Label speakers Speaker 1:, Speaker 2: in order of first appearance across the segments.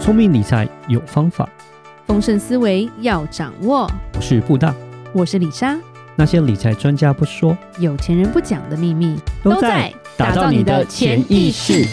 Speaker 1: 聪明理财有方法，
Speaker 2: 丰盛思维要掌握。
Speaker 1: 我是布大。
Speaker 2: 我是李莎，
Speaker 1: 那些理财专家不说，
Speaker 2: 有钱人不讲的秘密
Speaker 1: 打造你的潜意识。。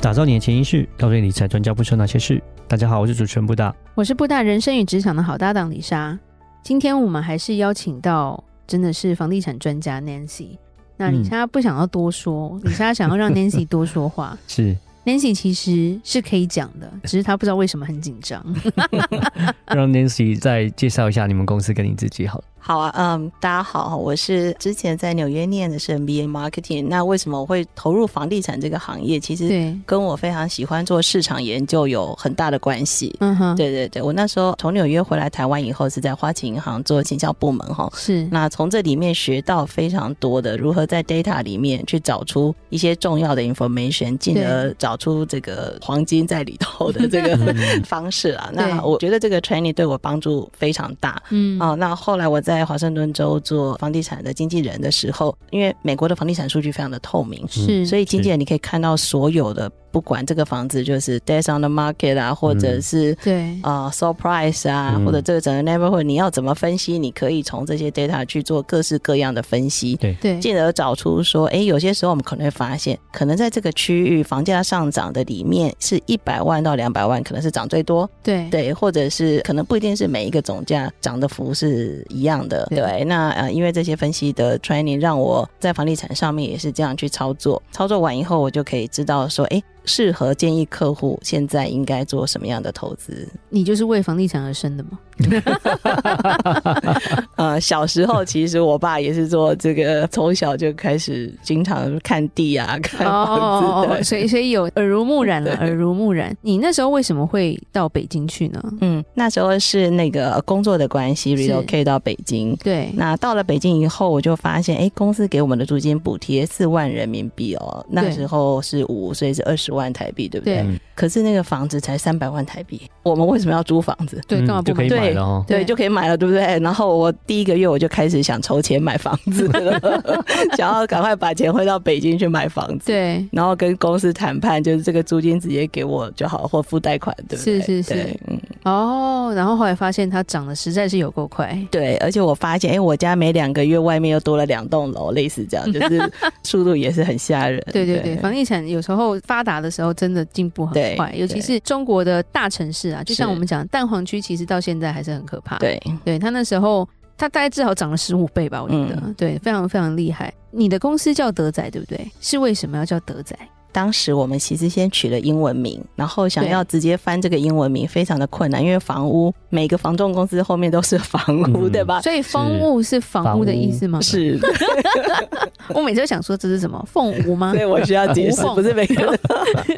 Speaker 1: 打造你的潜意识，告诉你理财专家不说哪些事。大家好，我是主持人布大。
Speaker 2: 我是布大人生与职场的好搭档李莎。今天我们还是邀请到真的是房地产专家 Nancy。那
Speaker 1: 嗯
Speaker 2: 李莎不想要多说，李莎想要让 Nancy 多说话。
Speaker 1: 是
Speaker 2: Nancy 其实是可以讲的，只是她不知道为什么很紧张。啊
Speaker 1: 让 Nancy 再介绍一下你们公司跟你自己好了。
Speaker 3: 好啊，嗯，大家好，我是之前在纽约念的是 MBA Marketing。那为什么我会投入房地产这个行业？其实
Speaker 2: 对，
Speaker 3: 跟我非常喜欢做市场研究有很大的关系。
Speaker 2: 嗯哼，，
Speaker 3: 对对对，我那时候从纽约回来台湾以后，是在花旗银行做行销部门哈。
Speaker 2: 是，
Speaker 3: 那从这里面学到非常多的如何在 data 里面去找出一些重要的 information，进
Speaker 2: 对
Speaker 3: 而找出这个黄金在里头的这 个
Speaker 1: 嗯
Speaker 3: 方式啊。
Speaker 2: 对
Speaker 3: 那我觉得这个 training 对我帮助非常大。
Speaker 2: 嗯，
Speaker 3: 哦，那后来我在华盛顿州做房地产的经纪人的时候，因为美国的房地产数据非常的透明，
Speaker 2: 是，
Speaker 3: 所以经纪
Speaker 1: 是
Speaker 3: 人你可以看到所有的，不管这个房子就是 days on the market 啊，或者
Speaker 1: 嗯
Speaker 3: 是、
Speaker 2: 对，
Speaker 3: 啊 s o price 啊，
Speaker 1: 嗯
Speaker 3: 或者这个整个 neighborhood 你要怎么分析，你可以从这些 data 去做各式各样的分析。
Speaker 2: 对，
Speaker 3: 进而找出说，诶，有些时候我们可能会发现，可能在这个区域房价上涨的里面，是一百万到两百万，可能是涨最多，
Speaker 2: 对，
Speaker 3: 对，或者是可能不一定是每一个总价涨的幅是一样的，
Speaker 2: 对
Speaker 3: 对。那呃，因为这些分析的 training 让我在房地产上面也是这样去操作，操作完以后我就可以知道说，哎，适合建议客户现在应该做什么样的投资。
Speaker 2: 你就是为房地产而生的嘛？
Speaker 3: 呃，小时候其实我爸也是做这个，从小就开始经常看地啊，
Speaker 2: 哦
Speaker 3: 看房子的。
Speaker 2: 所以所以有耳濡目染了，耳濡目染。你那时候为什么会到北京去呢？
Speaker 3: 嗯，那时候是那个工作的关系
Speaker 2: 是
Speaker 3: ，relocate 到北京。
Speaker 2: 对，
Speaker 3: 那到了北京以后，我就发现，哎，公司给我们的租金补贴四万人民币哦，那时候是五，所以是二十万台币，对不对？
Speaker 2: 对
Speaker 1: 嗯
Speaker 3: 可是那个房子才三百万台币，我们为什么要租房子？
Speaker 2: 对，
Speaker 1: 嗯
Speaker 2: 干嘛不
Speaker 1: 就可以
Speaker 2: 买？
Speaker 1: 买了哦。
Speaker 2: 对
Speaker 3: 对，就可以买了，对不对？然后我第一个月我就开始想筹钱买房 子了，想要赶快把钱汇到北京去买房子。
Speaker 2: 对，
Speaker 3: 然后跟公司谈判，就是这个租金直接给我就好，或付贷款，对不对？
Speaker 2: 是是是
Speaker 3: 对嗯，
Speaker 2: 哦，然后后来发现它涨得实在是有够快，
Speaker 3: 对，而且我发现，哎、我家每两个月外面又多了两栋楼，类似这样，就是 速度也是很吓人。
Speaker 2: 对对对，房地产有时候发达的时候真的进步很
Speaker 3: 对
Speaker 2: 快，尤其
Speaker 3: 对
Speaker 2: 是中国的大城市啊，就像
Speaker 3: 是
Speaker 2: 我们讲蛋黄区，其实到现在还是很可怕。，
Speaker 3: 对
Speaker 2: 对，它那时候它大概至少涨了十五倍吧，我觉得，
Speaker 3: 嗯
Speaker 2: 对，非常非常厉害。你的公司叫德仔，对不对？是为什么要叫德仔？
Speaker 3: 当时我们其实先取了英文名，然后想
Speaker 2: 对
Speaker 3: 要直接翻这个英文名非常的困难，因为房屋每个房仲公司后面都是房屋，
Speaker 1: 嗯
Speaker 3: 对吧？
Speaker 2: 所以风物啊是房
Speaker 1: 房
Speaker 2: 屋的
Speaker 1: 屋
Speaker 2: 意思吗？
Speaker 3: 是，
Speaker 2: 我每次都想说这是什么凤舞吗
Speaker 3: 所？以我需要解释
Speaker 2: 无缝，
Speaker 3: 不是每个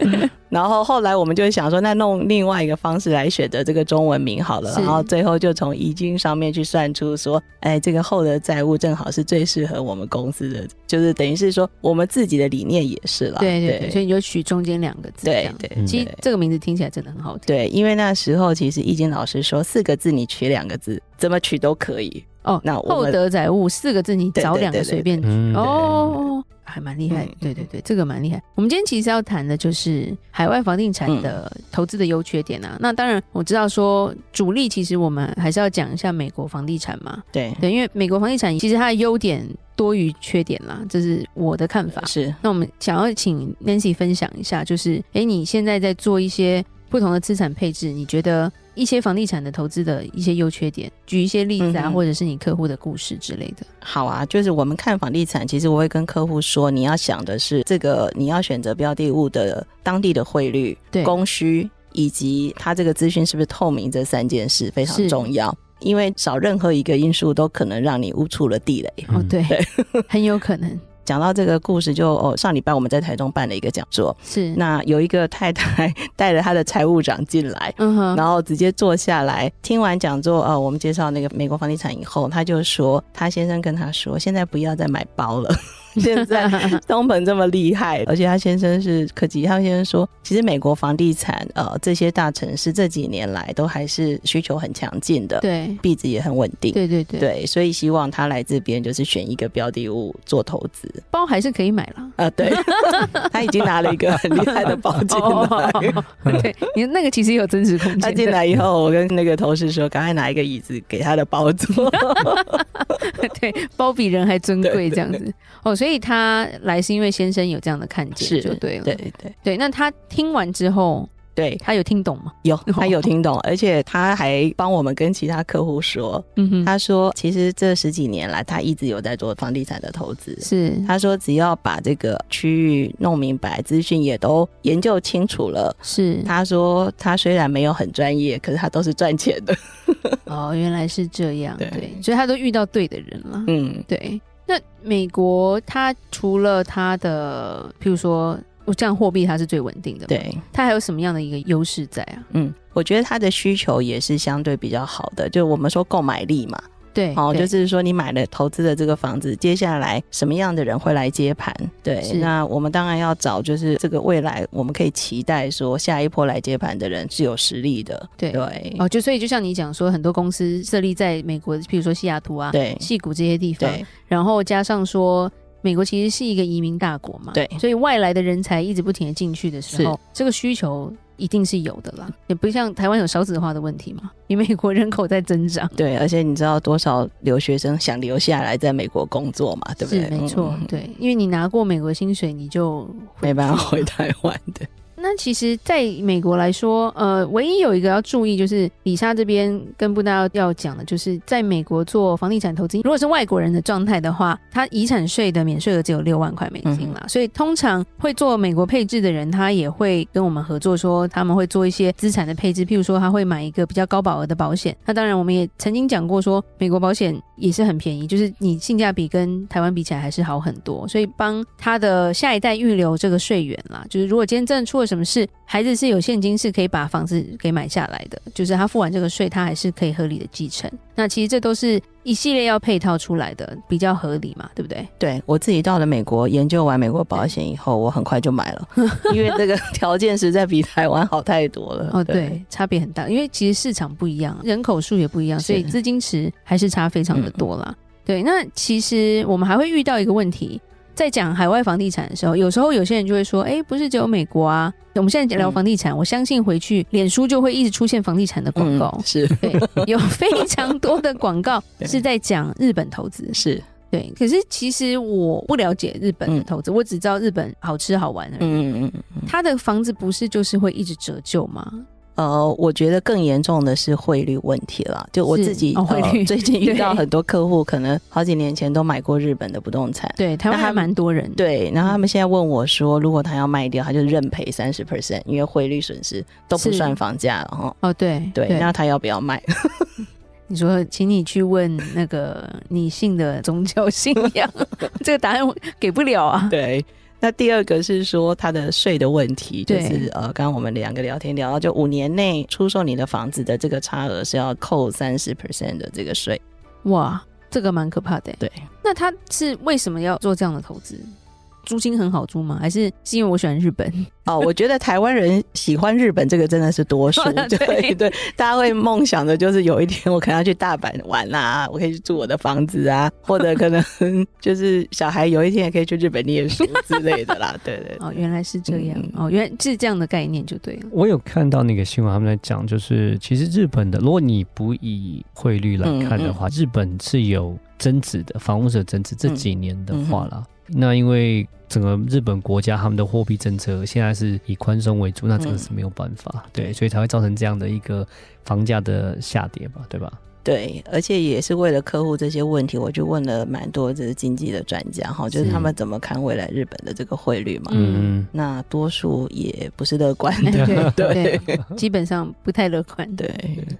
Speaker 3: 人。 然后后来我们就想说，那弄另外一个方式来选择这个中文名好了。
Speaker 2: 是
Speaker 3: 然后最后就从易经上面去算出说，哎，这个厚德载物正好是最适合我们公司的，就是等于是说我们自己的理念也是了。
Speaker 2: 对对对，所
Speaker 3: 对
Speaker 2: 以你就取中间两个字。这
Speaker 3: 对
Speaker 2: 样。
Speaker 3: 对
Speaker 1: 嗯
Speaker 2: 其实这个名字听起来真的很好听
Speaker 3: 对，因为那时候其实易经老师说四个字你取两个字，怎么取都可以。
Speaker 2: 哦。
Speaker 3: 那我
Speaker 2: 厚
Speaker 3: 们
Speaker 2: 德载物四个字，你找两个随便取
Speaker 1: 嗯
Speaker 2: 哦，还蛮厉害
Speaker 3: 嗯。
Speaker 2: 对对对，这个蛮厉害。我们今天其实要谈的就是海外房地产的投资的优缺点啊。那当然我知道说主力，其实我们还是要讲一下美国房地产嘛。
Speaker 3: 对
Speaker 2: 对，因为美国房地产其实它的优点多于缺点啦，这是我的看法。
Speaker 3: 是
Speaker 2: 那我们想要请 Nancy 分享一下，就是诶，你现在在做一些不同的资产配置，你觉得一些房地产的投资的一些优缺点，举一些例子啊，
Speaker 3: 嗯哼
Speaker 2: 或者是你客户的故事之类的。
Speaker 3: 好啊，就是我们看房地产，其实我会跟客户说，你要想的是这个你要选择标的物的当地的汇率、
Speaker 2: 对
Speaker 3: 供需以及它这个资讯是不是透明，这三件事非
Speaker 2: 是
Speaker 3: 常重要，因为少任何一个因素都可能让你误触了地雷。
Speaker 1: 嗯
Speaker 2: 哦，对
Speaker 3: 对，
Speaker 2: 很有可能
Speaker 3: 讲到这个故事就，哦，上礼拜我们在台中办了一个讲座，
Speaker 2: 是。
Speaker 3: 那有一个太太 带了她的财务长进来，
Speaker 2: 嗯哼，
Speaker 3: 然后直接坐下来听完讲座，呃，我们介绍那个美国房地产以后，他就说，他先生跟他说，现在不要再买包了， 现在东鹏这么厉害，而且他先生是科技，他先生说，其实美国房地产呃这些大城市这几年来都还是需求很强劲的，
Speaker 2: 对
Speaker 3: 币值也很稳定。
Speaker 2: 对对对，
Speaker 3: 对，所以希望他来这边就是选一个标的物做投资。
Speaker 2: 包还是可以买了。
Speaker 3: 啊、对， 他已经拿了一个很厉害的包进来。
Speaker 2: 哦对 你那个其实也有增值空
Speaker 3: 他
Speaker 2: 间
Speaker 3: 进
Speaker 2: 的，
Speaker 3: 来以后，我跟那个同事说，赶快拿一个椅子给他的包坐。
Speaker 2: 对，包比人还尊贵
Speaker 3: 对对
Speaker 2: 这样子哦，所以他来是因为先生有这样的看见，就对了，
Speaker 3: 对对
Speaker 2: 对那他听完之后，
Speaker 3: 对，
Speaker 2: 他有听懂吗？
Speaker 3: 有他有听懂，而且他还帮我们跟其他客户说，
Speaker 2: 嗯哼，
Speaker 3: 他说其实这十几年来他一直有在做房地产的投资。
Speaker 2: 是
Speaker 3: 他说只要把这个区域弄明白，资讯也都研究清楚了。
Speaker 2: 是
Speaker 3: 他说他虽然没有很专业，可是他都是赚钱 的。
Speaker 2: 哦，原来是这样，
Speaker 3: 对
Speaker 2: 对，所以他都遇到对的人了，
Speaker 3: 嗯，
Speaker 2: 对。那美国它除了它的，譬如说，我这样货币它是最稳定的，，
Speaker 3: 对。
Speaker 2: 它还有什么样的一个优势在啊？
Speaker 3: 嗯，我觉得它的需求也是相对比较好的，就我们说购买力嘛，
Speaker 2: 对，
Speaker 3: 哦，
Speaker 2: 对
Speaker 3: 就是说你买了投资的这个房子，接下来什么样的人会来接盘？对
Speaker 2: 是，
Speaker 3: 那我们当然要找就是这个未来我们可以期待说下一波来接盘的人是有实力的，
Speaker 2: 对
Speaker 3: 对，
Speaker 2: 哦，就所以就像你讲说，很多公司设立在美国，譬如说西雅图啊、
Speaker 3: 对
Speaker 2: 戏谷这些地方，
Speaker 3: 对
Speaker 2: 然后加上说。美国其实是一个移民大国嘛，
Speaker 3: 对
Speaker 2: 所以外来的人才一直不停的进去的时候
Speaker 3: 是，嗯
Speaker 2: 这个需求一定是有的啦，也不像台湾有少子化的问题嘛，你美国人口在增长，
Speaker 3: 对，而且你知道多少留学生想留下来在美国工作嘛， 对不对？
Speaker 2: 是没错，
Speaker 3: 嗯，
Speaker 2: 对，因为你拿过美国薪水，你就回
Speaker 3: 没办法
Speaker 2: 去
Speaker 3: 回台湾的，
Speaker 2: 那其实，在美国来说，呃，唯一有一个要注意，就是李莎这边跟布大要讲的，就是在美国做房地产投资，如果是外国人的状态的话，他遗产税的免税额只有六万块美
Speaker 3: 嗯
Speaker 2: 金啦。所以通常会做美国配置的人，他也会跟我们合作说，他们会做一些资产的配置，譬如说他会买一个比较高保额的保险。那当然，我们也曾经讲过说，美国保险也是很便宜，就是你性价比跟台湾比起来还是好很多，所以帮他的下一代预留这个税源啦。就是如果今天真的出了什么事，孩子是有现金是可以把房子给买下来的，就是他付完这个税，他还是可以合理的继承。那其实这都是一系列要配套出来的，比较合理嘛，对不对？
Speaker 3: 对我自己到了美国研究完美国保险以后，我很快就买 了，
Speaker 1: 嗯
Speaker 3: 因为这个条件实在比台湾好太多了。
Speaker 2: 哦，对，差别很大，因为其实市场不一样，人口数也不一样，
Speaker 3: 是嗯
Speaker 2: 所以资金池还是差非常的多啦。对，那其实我们还会遇到一个问题，在讲海外房地产的时候，有时候有些人就会说，哎，不是只有美国啊，我们现在聊
Speaker 3: 嗯
Speaker 2: 房地产，我相信回去脸书就会一直出现房地产的广告
Speaker 3: 嗯，，是
Speaker 2: 对，有非常多的广告
Speaker 3: 对
Speaker 2: 是在讲日本投资，
Speaker 3: 是，
Speaker 2: 对，可是其实我不了解日本的
Speaker 3: 嗯
Speaker 2: 投资，我只知道日本好吃好玩而已。
Speaker 3: 嗯嗯嗯。
Speaker 2: 它的房子不是就是会一直折旧吗？
Speaker 3: 呃，我觉得更严重的是汇率问题了。就我
Speaker 2: 是
Speaker 3: 自己、
Speaker 2: 哦汇率
Speaker 3: 呃、最近遇到
Speaker 2: 对
Speaker 3: 很多客户，可能好几年前都买过日本的不动产。
Speaker 2: 对，台湾
Speaker 3: 那
Speaker 2: 还
Speaker 3: 他
Speaker 2: 蛮多人，
Speaker 3: 对，然后他们现在问我说，如果他要卖掉，他就认赔三十 percent，因为汇率损失都不
Speaker 2: 是
Speaker 3: 算房价了哈。
Speaker 2: 哦，对
Speaker 3: 对，那他要不要卖？
Speaker 2: 你说，请你去问那个你信的宗教信仰， 这个答案我给不了啊。
Speaker 3: 对，那第二个是说它的税的问题，就
Speaker 2: 对
Speaker 3: 是呃，刚刚我们两个聊天聊到，就五年内出售你的房子的这个差额是要扣三十 percent 的这个税。
Speaker 2: 哇，这个蛮可怕的。欸
Speaker 3: 对，
Speaker 2: 那他是为什么要做这样的投资？租金很好租吗？还是是因为我喜欢日本？，
Speaker 3: 哦，我觉得台湾人喜欢日本这个真的是多数 对对，大家会梦想的就是有一天我可能要去大阪玩啦、我可以去住我的房子啊，或者可 能就是小孩有一天也可以去日本念书之类的啦，对 对
Speaker 2: 哦，原来是这样
Speaker 3: 嗯。
Speaker 2: 哦，原来是这样的概念就 对了。
Speaker 1: 我有看到那个新闻，他们在讲，就是其实日本的，如果你不以汇率来看的话，日本是有增值的，房屋是有增值。这几年的话啦，那因为整个日本国家他们的货币政策现在是以宽松为主，那这个是没有办法，对，所以才会造成这样的一个房价的下跌吧，对吧？
Speaker 3: 对，而且也是为了客户这些问题，我就问了蛮多就是经济的专家哈，就是
Speaker 2: 是
Speaker 3: 他们怎么看未来日本的这个汇率嘛，
Speaker 2: 嗯
Speaker 1: 嗯，
Speaker 3: 那多数也不是乐观
Speaker 2: 哎
Speaker 3: 的，
Speaker 2: 对
Speaker 3: 对
Speaker 2: 对，基本上不太乐观，
Speaker 3: 对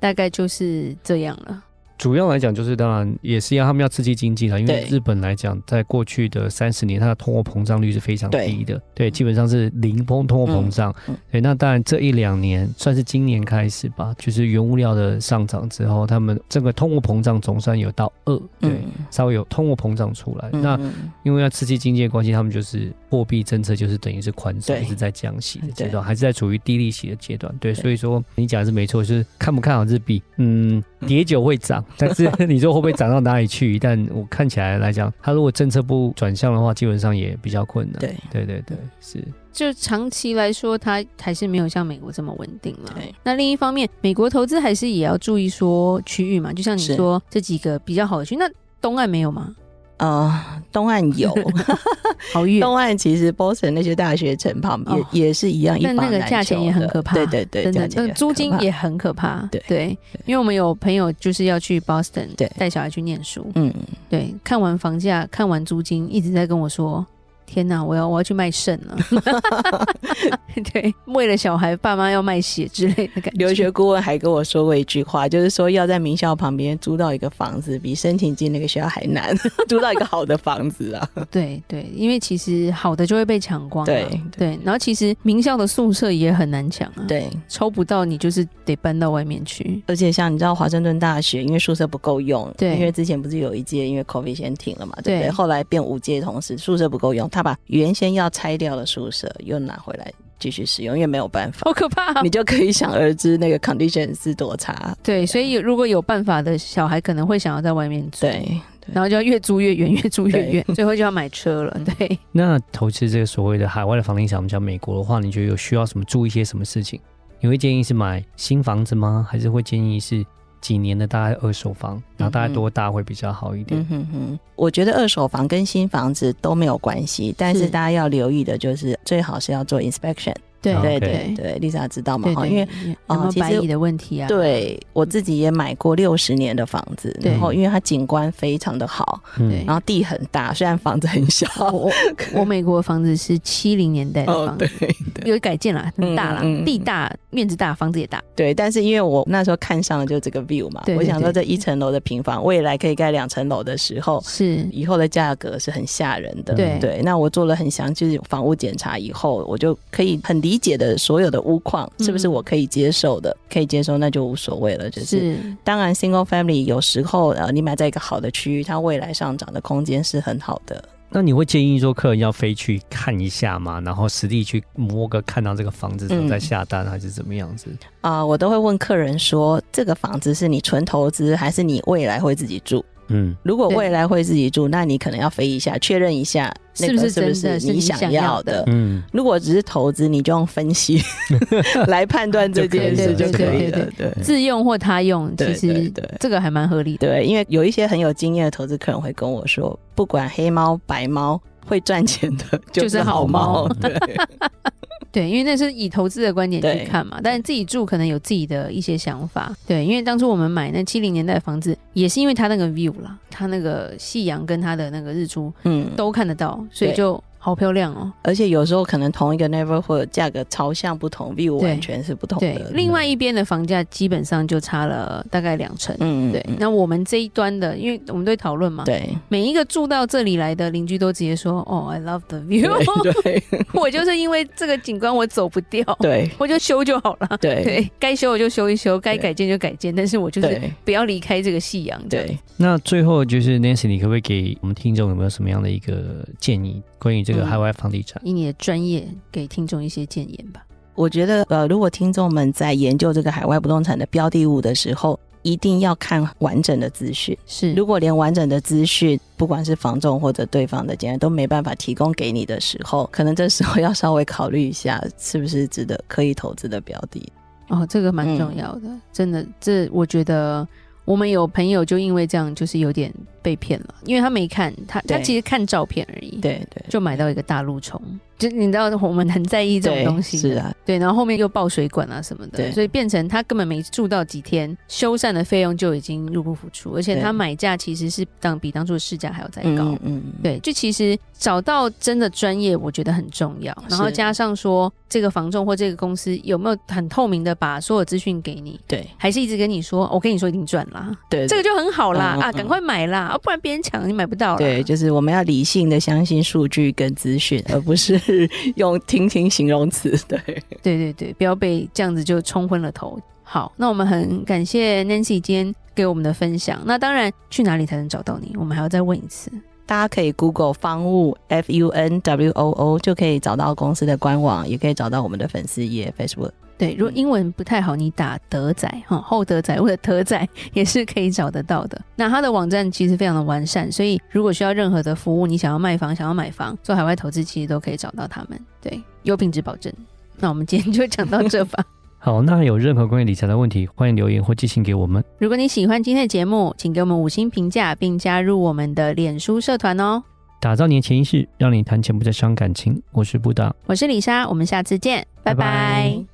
Speaker 2: 大概就是这样了。
Speaker 1: 主要来讲就是，当然也是要他们要刺激经济了，因为
Speaker 3: 对
Speaker 1: 日本来讲，在过去的三十年，它的通货膨胀率是非常低的，对，基本上是零通通货膨胀。
Speaker 3: 嗯嗯
Speaker 1: 对，那当然这一两年算是今年开始吧，就是原物料的上涨之后，他们这个通货膨胀总算有到二，对，
Speaker 3: 嗯
Speaker 1: 稍微有通货膨胀出来。那
Speaker 3: 嗯
Speaker 1: 因为要刺激经济的关系，他们就是货币政策就是等于是宽松，
Speaker 3: 对
Speaker 1: 一直在降息的阶
Speaker 3: 对
Speaker 1: 段，还是在处于低利息的阶段。对，
Speaker 3: 对
Speaker 1: 所以说你讲的是没错，就是看不看好日币，嗯，跌久会 涨，但是你说会不会涨到哪里去？但我看起来来讲，它如果政策不转向的话，基本上也比较困难。
Speaker 3: 对
Speaker 1: 对对对，是
Speaker 2: 就长期来说，它还是没有像美国这么稳定了
Speaker 3: 对。
Speaker 2: 那另一方面，美国投资还是也要注意说区域嘛，就像你
Speaker 3: 是
Speaker 2: 说这几个比较好的区，那东岸没有吗？
Speaker 3: 呃，东岸有，
Speaker 2: 好远，
Speaker 3: 东岸其实波士顿那些大学城旁边
Speaker 2: 哦
Speaker 3: 也也是一样，一
Speaker 2: 但那
Speaker 3: 房
Speaker 2: 个
Speaker 3: 难
Speaker 2: 价钱
Speaker 3: 求
Speaker 2: 也很
Speaker 3: 的
Speaker 2: 可怕
Speaker 3: 对对对，
Speaker 2: 真的
Speaker 3: 价，钱
Speaker 2: 那
Speaker 3: 也很
Speaker 2: 租
Speaker 3: 可
Speaker 2: 金
Speaker 3: 怕
Speaker 2: 也很可怕。
Speaker 3: 对
Speaker 2: 因为我们有朋友就是要去 Boston，
Speaker 3: 对
Speaker 2: 带小孩去念书，
Speaker 3: 嗯，
Speaker 2: 对，看完房价，看完租金，一直在跟我说。天呐，我要我要去卖肾 了，
Speaker 3: 嗯
Speaker 2: 对，为了小孩，爸妈要卖血之类的感觉。
Speaker 3: 留学顾问还跟我说过一句话，就是说要在名校旁边租到一个房子，比申请进那个学校还难， 租到一个好的房子啊。
Speaker 2: 对对，因为其实好的就会被抢光、啊，
Speaker 3: 对
Speaker 2: 对。然后其实名校的宿舍也很难抢啊，，
Speaker 3: 对，
Speaker 2: 抽不到你就是得搬到外面去。
Speaker 3: 而且像你知道华盛顿大学，因为宿舍不够用，
Speaker 2: 对
Speaker 3: 因为之前不是有一届因为 COVID 先停了嘛，对不
Speaker 2: 对
Speaker 3: 对？后来变五届同时宿舍不够用，他把原先要拆掉的宿舍又拿回来继续使用，因为没有办法，
Speaker 2: 好可怕、啊
Speaker 3: 你！就可以想而知那个 condition 是多差。
Speaker 2: 对，所以有如果有办法的小孩，可能会想要在外面住，，
Speaker 3: 对，
Speaker 2: 然后就要越租越远，越租越
Speaker 3: 对
Speaker 2: 远，最后就要买车了。对，
Speaker 1: 那投资这个所谓的海外的房地产，我们讲美国的话，你觉得有需要什么注意些什么事情？你会建议是买新房子吗？还是会建议是几年的大概二手房，然后大概多大会比较好一点？
Speaker 3: 嗯哼哼，我觉得二手房跟新房子都没有关系，但
Speaker 2: 是
Speaker 3: 是大家要留意的就是，最好是要做 inspection。
Speaker 2: 对
Speaker 1: 对
Speaker 3: 对
Speaker 1: OK
Speaker 3: 对对，Lisa 知道嘛？
Speaker 2: 对
Speaker 3: 哈
Speaker 2: 对，
Speaker 3: 因为
Speaker 2: 有没有
Speaker 3: 呃其
Speaker 2: 白
Speaker 3: 实
Speaker 2: 蚁的问题啊？
Speaker 3: 对我自己也买过六十年的房子，
Speaker 2: 对
Speaker 3: 然后因为它景观非常的好，
Speaker 1: 嗯
Speaker 2: 对
Speaker 3: 然后地很大，虽然房子很 小。
Speaker 2: 我我我美国的房子是七零年代的
Speaker 3: 哦
Speaker 2: 房，子
Speaker 3: 对，对
Speaker 2: 有改建啦，很大啦，
Speaker 3: 嗯嗯嗯
Speaker 2: 地大面积大，房子也大。
Speaker 3: 对，但是因为我那时候看上的就是这个 view 嘛，
Speaker 2: 对对
Speaker 3: 我想说
Speaker 2: 对
Speaker 3: 这一层楼的平房，未来可以盖两层楼的时候，
Speaker 2: 是，
Speaker 3: 以后的价格是很吓人的。
Speaker 2: 对
Speaker 3: 对，那我做了很详细的房屋检查以后，我就可以很理解的所有的屋况是不是
Speaker 2: 嗯
Speaker 3: 我可以接受的，可以接受那就无所谓了，就是
Speaker 2: 是
Speaker 3: 嗯当然，single family 有时候呃，你买在一个好的区域，它未来上涨的空间是很好的。
Speaker 1: 那你会建议说客人要飞去看一下吗？然后实地去摸个看到这个房子之后
Speaker 3: 嗯
Speaker 1: 再下单，还是怎么样子？
Speaker 3: 啊、我都会问客人说，这个房子是你纯投资，还是你未来会自己住？
Speaker 1: 嗯，
Speaker 3: 如果
Speaker 2: 对
Speaker 3: 未来会自己住，那你可能要飞一下，确认一下那个
Speaker 2: 是
Speaker 3: 是
Speaker 2: 不
Speaker 3: 不
Speaker 2: 是真的
Speaker 3: 是
Speaker 2: 是你想
Speaker 3: 想
Speaker 2: 要
Speaker 3: 要
Speaker 2: 的
Speaker 3: 的。
Speaker 1: 嗯，
Speaker 3: 如果只是投资，你就用分 析来判断这件事
Speaker 1: 就
Speaker 3: 就
Speaker 1: 可
Speaker 3: 可
Speaker 1: 以
Speaker 3: 以
Speaker 2: 了
Speaker 3: 了。对
Speaker 2: 自用或他用，其
Speaker 3: 对对
Speaker 2: 实
Speaker 3: 对
Speaker 2: 这个还蛮合理的。
Speaker 3: 对，因为有一些很有经验的投资客人会跟我说，不管黑猫白猫，会赚钱 的
Speaker 2: 就是
Speaker 3: 是
Speaker 2: 好
Speaker 3: 好猫
Speaker 1: 猫。
Speaker 3: 对。
Speaker 2: 对，因为那是以投资的观点去
Speaker 3: 对
Speaker 2: 看嘛，但是自己住可能有自己的一些想法。对，因为当初我们买那七零年代的房子，也是因为它那个 view 啦，它那个夕阳跟它的那个日出
Speaker 3: 嗯，
Speaker 2: 都看得到，所以
Speaker 3: 对
Speaker 2: 就好漂亮哦。
Speaker 3: 而且有时候可能同一个 neighborhood 价格朝向不同，view
Speaker 2: 对
Speaker 3: 完全是不同
Speaker 2: 对
Speaker 3: 的，。嗯
Speaker 2: 另外一边的房价基本上就差了大概两成。
Speaker 3: 嗯，
Speaker 2: 对
Speaker 3: 嗯，
Speaker 2: 那我们这一端的，因为我们都会讨论嘛，
Speaker 3: 对
Speaker 2: 每一个住到这里来的邻居都直接说：“哦，I love the view，
Speaker 3: 对
Speaker 2: 我就是因为这个景观我走不掉，
Speaker 3: 对
Speaker 2: 我就修就好了。”
Speaker 3: 对
Speaker 2: 对，该修我就修一修，该
Speaker 3: 对
Speaker 2: 改建就改建，但是我就是
Speaker 3: 对
Speaker 2: 不要离开这个夕阳。这样
Speaker 3: 对，
Speaker 1: 那最后就是 Nancy，你可不可以给我们听众有没有什么样的一个建议，关于这个
Speaker 2: 嗯
Speaker 1: 海外房地产？
Speaker 2: 以你的专业给听众一些建言吧。
Speaker 3: 我觉得呃，如果听众们在研究这个海外不动产的标的物的时候，一定要看完整的资讯。
Speaker 2: 是，
Speaker 3: 如果连完整的资讯，不管是房仲或者对方的经验都没办法提供给你的时候，可能这时候要稍微考虑一下，是不是值得可以投资的标 的。
Speaker 2: 哦，这个蛮
Speaker 3: 嗯
Speaker 2: 重要的，真的，这我觉得我们有朋友就因为这样，就是有点被骗了，因为他没看，他他
Speaker 3: 对
Speaker 2: 其实看照片而已，，
Speaker 3: 对对
Speaker 2: 就买到一个大陆虫，就你知道我们很在意这种
Speaker 3: 对
Speaker 2: 东西，
Speaker 3: 是啊，
Speaker 2: 对，然后后面又爆水管啊什么的，
Speaker 3: 对
Speaker 2: 所以变成他根本没住到几天，修缮的费用就已经入不敷出，而且
Speaker 3: 对
Speaker 2: 他买价其实是当比当初的市价还要再高。
Speaker 3: 嗯嗯，嗯，
Speaker 2: 对，就其实找到真的专业，我觉得很重要。然后
Speaker 3: 是
Speaker 2: 加上说，这个房仲或这个公司有没有很透明的把所有资讯给你，
Speaker 3: 对
Speaker 2: 还是一直跟你说，哦我跟你说一定赚啦，
Speaker 3: 对，
Speaker 2: 这个就很好啦
Speaker 3: 嗯嗯
Speaker 2: 啊，
Speaker 3: 嗯
Speaker 2: 赶快买啦，啊，不然别人抢了你买不到啦。
Speaker 3: 对，就是我们要理性的相信数据跟资讯，而不是用听听形容词。 对，
Speaker 2: 对对对，不要被这样子就冲昏了头。好，那我们很感谢 Nancy 今天给我们的分享。那当然，去哪里才能找到你？我们还要再问一次。
Speaker 3: 大家可以 Google 方物 F U N W O O 就可以找到公司的官网，也可以找到我们的粉丝页 Facebook。
Speaker 2: 对，如果
Speaker 3: 嗯
Speaker 2: 英文不太好，你打德仔哈后德仔或者德仔也是可以找得到的。那它的网站其实非常的完善，所以如果需要任何的服务，你想要卖房、想要买房、做海外投资，其实都可以找到他们。对，有品质保证。那我们今天就讲到这吧。
Speaker 1: 好，那有任何关于理财的问题，欢迎留言或寄信给我们。
Speaker 2: 如果你喜欢今天的节目，请给我们五星评价，并加入我们的脸书社团哦。
Speaker 1: 打造你的潜意识，让你谈钱不再伤感情。我是布达，
Speaker 2: 我是李莎，我们下次见，拜拜
Speaker 1: 拜拜
Speaker 3: 嗯